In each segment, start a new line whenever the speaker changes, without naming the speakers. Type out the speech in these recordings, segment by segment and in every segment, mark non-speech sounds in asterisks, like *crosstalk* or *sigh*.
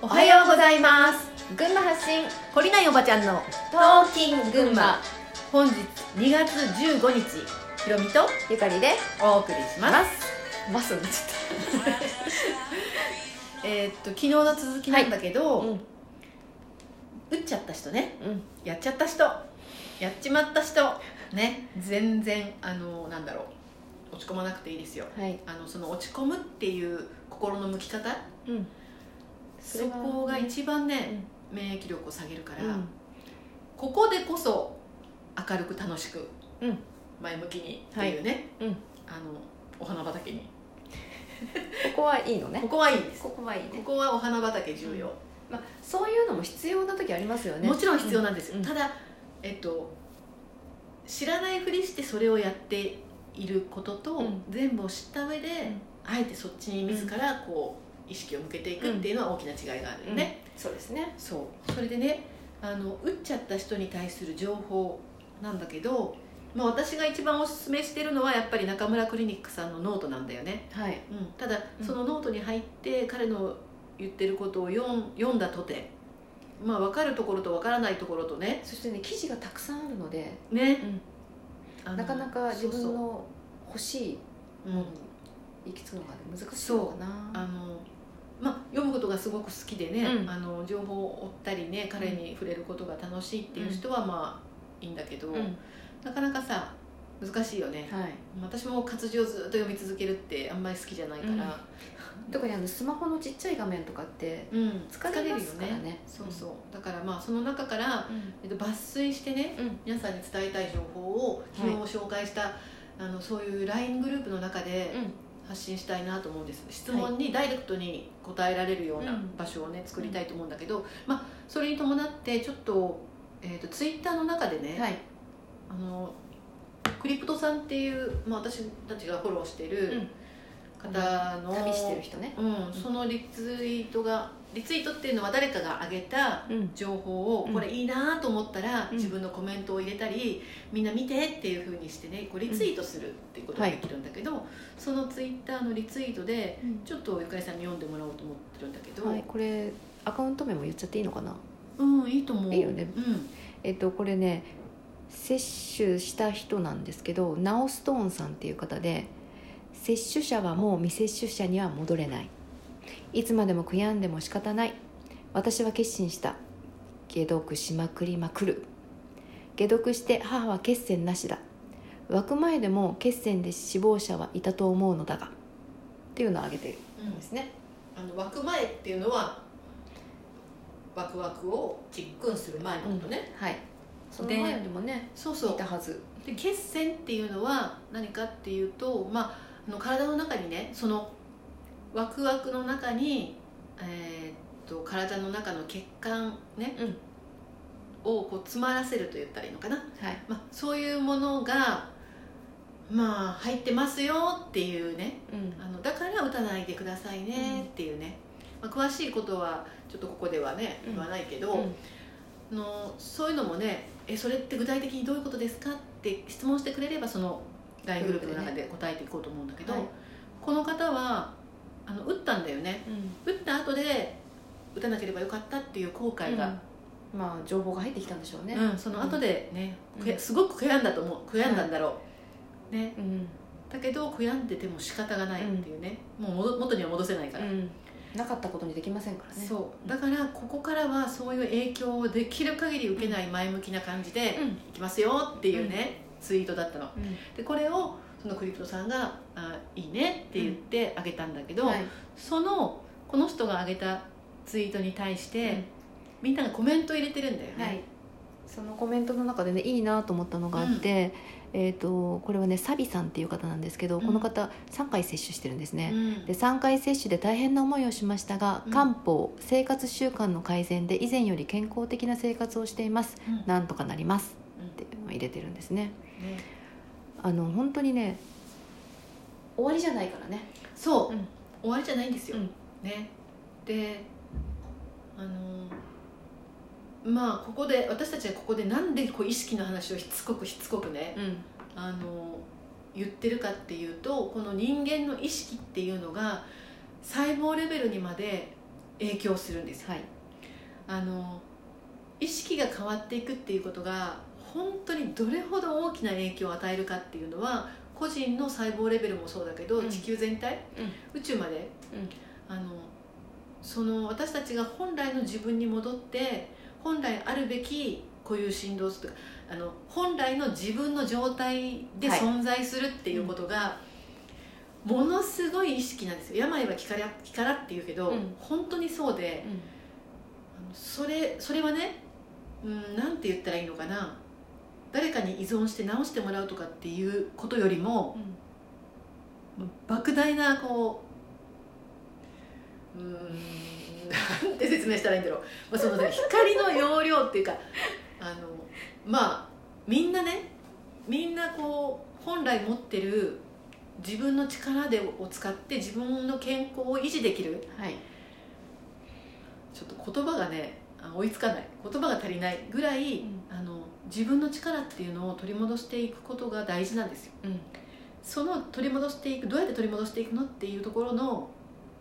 おはようございます
群馬発信
懲りないおばちゃんの
トーキン群馬
本日2月15日ひろみと
ゆかりで
お送りします
マスになっち
えーっと昨日の続きなんだけ
ゃ
ど、
うん
打っちゃった人ね
うん
やっちゃった人やっちまった人ね全然あのなんだろう落ち込まなくていいですよ
はい
あのその落ち込むっていう心の向き方
うんそ
そ
れはね
こが一番ね、免疫力を下げるから、
うん
ここでこそ明るく楽しく、
うん
前向きにっていうね、
はいう
あ
ん
のお花畑に
ここはいいのね
ここはいいですこ
ここはいいね
こはお花畑重要、
まあそういうのも必要な時ありますよね
もちろん必要なんですよ、
うん
ただえっと知らないふりしてそれをやっていることと、
うん
全部を知った上で、あえてそっちに自らこう意識を向けていくっていうのは大きな違いがあるよね、
そうですね
そうそれでねあの打っちゃった人に対する情報なんだけど、まあ、私が一番おすすめしてるのはやっぱり中村クリニックさんのノートなんだよね、
はい
うん、ただ
うん
そのノートに入って彼の言ってることを読ん読んだとて、まあ、分かるところと分からないところとね
そしてね記事がたくさんあるので
ね、あの
なかなか自
そう
分
そう
の欲しい
うん
ものに行き着くのが難しいのかな
あのまあ、読むことがすごく好きでね、
うん
あの情報を追ったりね彼に触れることが楽しいっていう人はまあいいんだけど、
うん
なかなかさ難しいよね
はい
私も活字をずっと読み続けるってあんまり好きじゃないから、
特にあのスマホのちっちゃい画面とかって
うん
疲れますからね
そうそうだからまあその中から、
うん
えっと、抜粋してね
うん
皆さんに伝えたい情報を昨日紹介した、あのそういう LINE グループの中で発信したいなと思うんです質問にダイレクトに答えられるよう
う
なん場所をね作りたいと思うんだけど、まあ、それに伴ってちょっと,、えっとツイッターの中でね、
はい
あのクリプトさんっていう、まあ、私たちがフォローしてる方の、
旅してる人ね
うん、そのリツイートがリツイートっていうのは誰かが上げた
うん
情報を
うん
これいいなと思ったら、
うん
自分のコメントを入れたりみんな見てっていうふうにしてねこうリツイートするっていうことができるんだけど、そのツイッターのリツイートでちょっとゆかりさんに読んでもらおうと思ってるんだけど、
はいこれアカウント名も言っちゃっていいのかな
うんいいと思う
いいよね
うん、
えっとこれね接種した人なんですけどナオストーンさんっていう方で接種者はもう未接種者には戻れないいつまでも悔やんでも仕方ない私は決心した解毒しまくりまくる解毒して母は血栓なしだ湧く前でも血栓で死亡者はいたと思うのだがっていうのを挙げてるんですね、
あの湧く前っていうのはワクワクを実訓する前のことね、
はいその
で
前よりもね
そう
いたはず
で血栓っていうのは何かっていうと、まあ、あの体の中にねそのワクワクの中に、えーっと体の中の血管、ね
うん
をこう詰まらせると言ったらいいのかな、
はい
まあ、そういうものが、まあ、入ってますよっていうね
うん
あのだから打たないでくださいねっていうね、まあ、詳しいことはちょっとここではね
うん
言わないけど、
うん
あのそういうのもねえそれって具体的にどういうことですかって質問してくれればその LINE グループの中で答えていこうと思うんだけど、
はい
この方はあの打ったんだよね
う
打
ん
った後で打たなければよかったっていう後悔が、
うんまあ情報が入ってきたんでしょうね、
うんその後でね、
うん
悔やすごく悔やんだと思う悔やんだんだろう、ね、
うん
だけど悔やんでても仕方がないっていうね、もう戻元には戻せないから、
なかったことにできませんからね
そうだからここからはそういう影響をできる限り受けない前向きな感じで
うん
いきますよっていうね、ツイートだったのでこれをそのクリプトさんが「あいいね」って言ってあげたんだけど、
はい
そのこの人があげたツイートに対して、
うん
みんながコメントを入れてるんだよね、
はいそのコメントの中でねいいなと思ったのがあって、えっ、とこれはねサビさんっていう方なんですけど、
うん
この方3回接種してるんですね、
うん
で3回接種で大変な思いをしましたが、
うん
漢方生活習慣の改善で以前より健康的な生活をしています
うん
なんとかなります
うん
っていうのを入れてるんですね
ね
あの本当にね終わりじゃないからね
そう、
うん
終わりじゃないんですよ、
うん
ねであのまあここで私たちはここでなんでこう意識の話をしつこくしつこくね、
うん
あの言ってるかっていうとこの人間の意識っていうのが細胞レベルにまで影響するんですよ
はい
あの意識が変わっていくっていうことが本当にどれほど大きな影響を与えるかっていうのは個人の細胞レベルもそうだけど、
うん
地球全体、宇宙まで、あのその私たちが本来の自分に戻って本来あるべき固有振動数とかあの本来の自分の状態で
はい
存在するっていうことが、ものすごい意識なんですよ病は気から気からっていうけど、
うん
本当にそうで。
うん
あのそれそれはねうんなんて言ったらいいのかな誰かに依存して直してもらうとかっていうことよりも莫大なこううーん *laughs* なんて説明したらいいんだろう、まあ、そのね光の容量っていうかあのまあみんなねみんなこう本来持ってる自分の力でを使って自分の健康を維持できる
はい
ちょっと言葉がねあ追いつかない言葉が足りないぐらい、
うん
あの自分の力っていうのを取り戻していくことが大事なんですよ
うん
その取り戻していくどうやって取り戻していくのっていうところの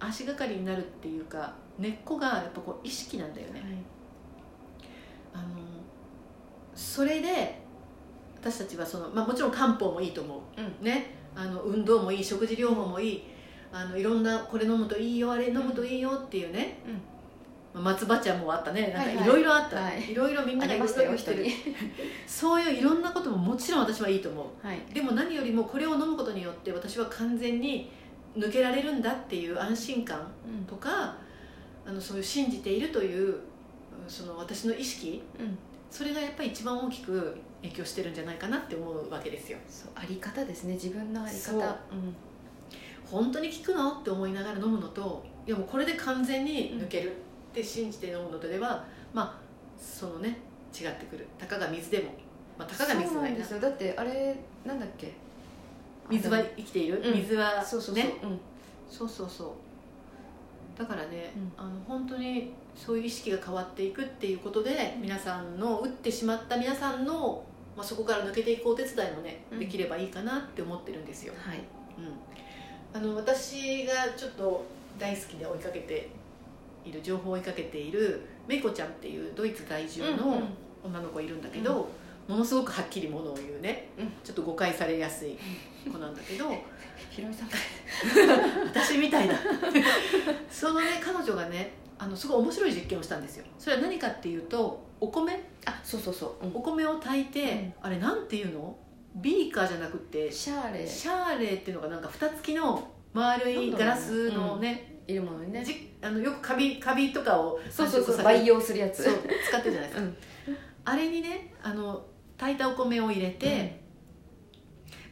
足がかりになるっていうか根っこがやっぱこう意識なんだよねあのそれで私たちはその、まあ、もちろん漢方もいいと思う、
う
ねあの運動もいい食事療法もいいあのいろんなこれ飲むといいよあれ飲むといいよっていうね、まあ松葉茶もあったねなんか
はいはい
いろいろあった、
はい
いろいろみん
あ
ながい
り
ろ
ま
い
した
ろ生き
よ
て
人
る
に
そういういろんなことももちろん私はいいと思う
はい
でも何よりもこれを飲むことによって私は完全に抜けられるんだっていう安心感
うん
とかあのそういう信じているといううんその私の意識
うん
それがやっぱり一番大きく影響してるんじゃないかなって思うわけですよ
そうあり方ですね自分のあり方
そう
うん
本当に効くのって思いながら飲むのといやもうこれで完全に抜けるって信じて飲むのとでは、まあそのね違ってくるたかが水でも、まあ、たかが水
そう
は
なん
いい
で
な
すよだってあれなんだっけ
水は生きている、
うん
水はね
そうそうそう、うん
そうそうそうだからね、
うん
あの本当にそういう意識が変わっていくっていうことで皆さんの打ってしまった皆さんの、まあ、そこから抜けていくお手伝いもね、
うん
できればいいかなって思ってるんですよ、
はい
うん、あの私がちょっと大好きで追いかけている情報を追いかけているメイコちゃんっていうドイツ在住
うんう
の
ん
女の子いるんだけど、ものすごくはっきりものを言うね、
うん
ちょっと誤解されやすい子なんだけど。 *laughs*
ひろみさん
私みたいな *laughs* そのね彼女がねあのすごい面白い実験をしたんですよそれは何かっていうとお米
あそうそうそう、うん
お米を炊いて、あれなんていうのビーカーじゃなくてシ
シャーレ
ャーレーっていうのがなんか蓋付きの丸いガラスのね,
いるものに
じ、
ね
あのよくカビカビとかを
そうそうそ
繁殖
う
させ
培養するやつ
そう使ってるじゃないです
う
か、
ん
あれにねあの炊いたお米を入れて、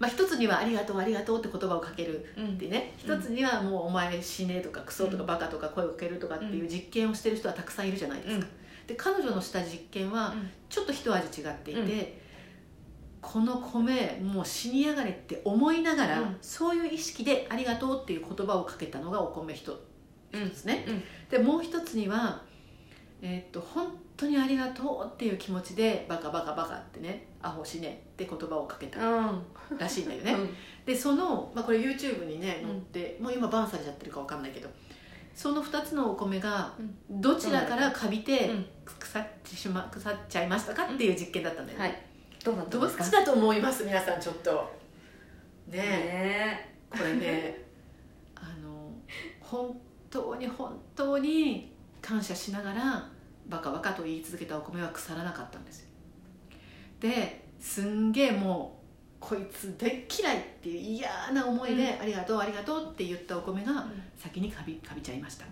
まあ、一つには「ありがとうありがとう」って言葉をかける
うん
でね一
うん
つにはもう「お前死ね」とか「クソ」とか「
うん
バカ」とか声をかけるとかっていうう実験をしてる人はたくさんいるじゃないですか、で彼女のした実験は
うん
ちょっと一味違っていて、
う
この米もう死にやがれって思いながら、
うん
そういう意識で「ありがとう」っていう言葉をかけたのがお米一
うん
つね、
うん
でもう一つには、えーっと「本当にありがとう」っていう気持ちで「バカバカバカ」ってね「アホ死ね」って言葉をかけた
う
らしいんだよね、
んうん
でその、まあ、これ YouTube にね
うん
載って、もう今バンされちゃってるかわかんないけどその2つのお米が
うん
どちらからかびて
うん
腐ってしま腐っちゃいましたかっていう実験だったんだよね、
はいどうなったん
ど
で
っ
すか
ちだと思います皆さんちょっとね
ね
えこれね *laughs* あの本当に本当に感謝しながらバカバカと言い続けたお米は腐らなかったんですよですんげえもうこいつ大っ嫌いっていう嫌な思いで、ありがとうありがとうって言ったお米が先にかびかびちゃいま *laughs* した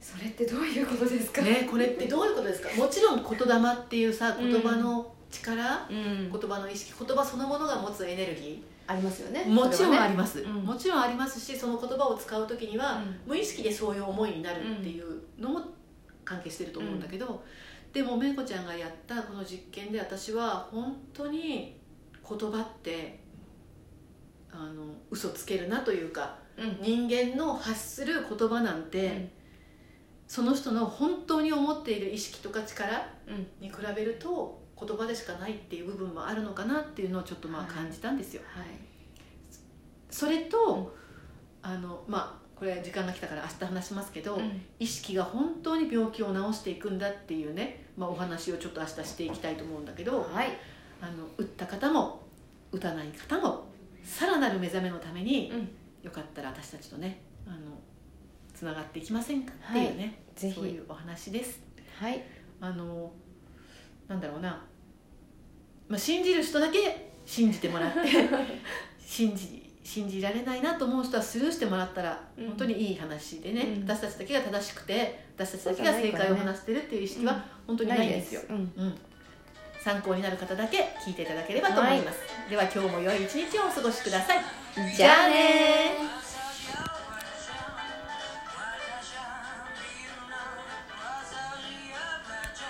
それってどういうことですか
ねこれってどういうことですかもちろん言霊っていうさ言葉の力、
うん
言葉の意識言葉そのものが持つエネルギ
ありますよね
ーもちろんあ
り
ります、
うん
もちろんありますしその言葉を使う時には、無意識でそういう思いになるっていうのも関係してると思うんだけど、でもめいこちゃんがやったこの実験で私は本当に言葉ってあの嘘つけるなというか
うん
人間の発する言葉なんて、
うん
その人の本当に思っている意識とか力
うん
に比べると言葉でしかないっていう部分もあるのかなっていうのをちょっとまあ
はい
感じたんですよ。
はい
それと、あのまあこれ時間が来たから明日話しますけど、
うん
意識が本当に病気を治していくんだっていうね、まあ、お話をちょっと明日していきたいと思うんだけど
はい、
あの打った方も打たない方もさらなる目覚めのために
うん
よかったら私たちとねあのつながっていきませんかっていうね、
ぜひ
そういうお話です。
はい、
あのなんだろうな、まあ、信じる人だけ信じてもらって信じ信じられないなと思う人はスルーしてもらったら、
うん
本当にいい話でね、
うん
私たちだけが正しくて私たちだけが正解を話してるっていう意識は本当にないんですよ、
ないうん、
うん、参考になる方だけ聞いていただければと思います、では今日も良い一日をお過ごしください
じゃあねー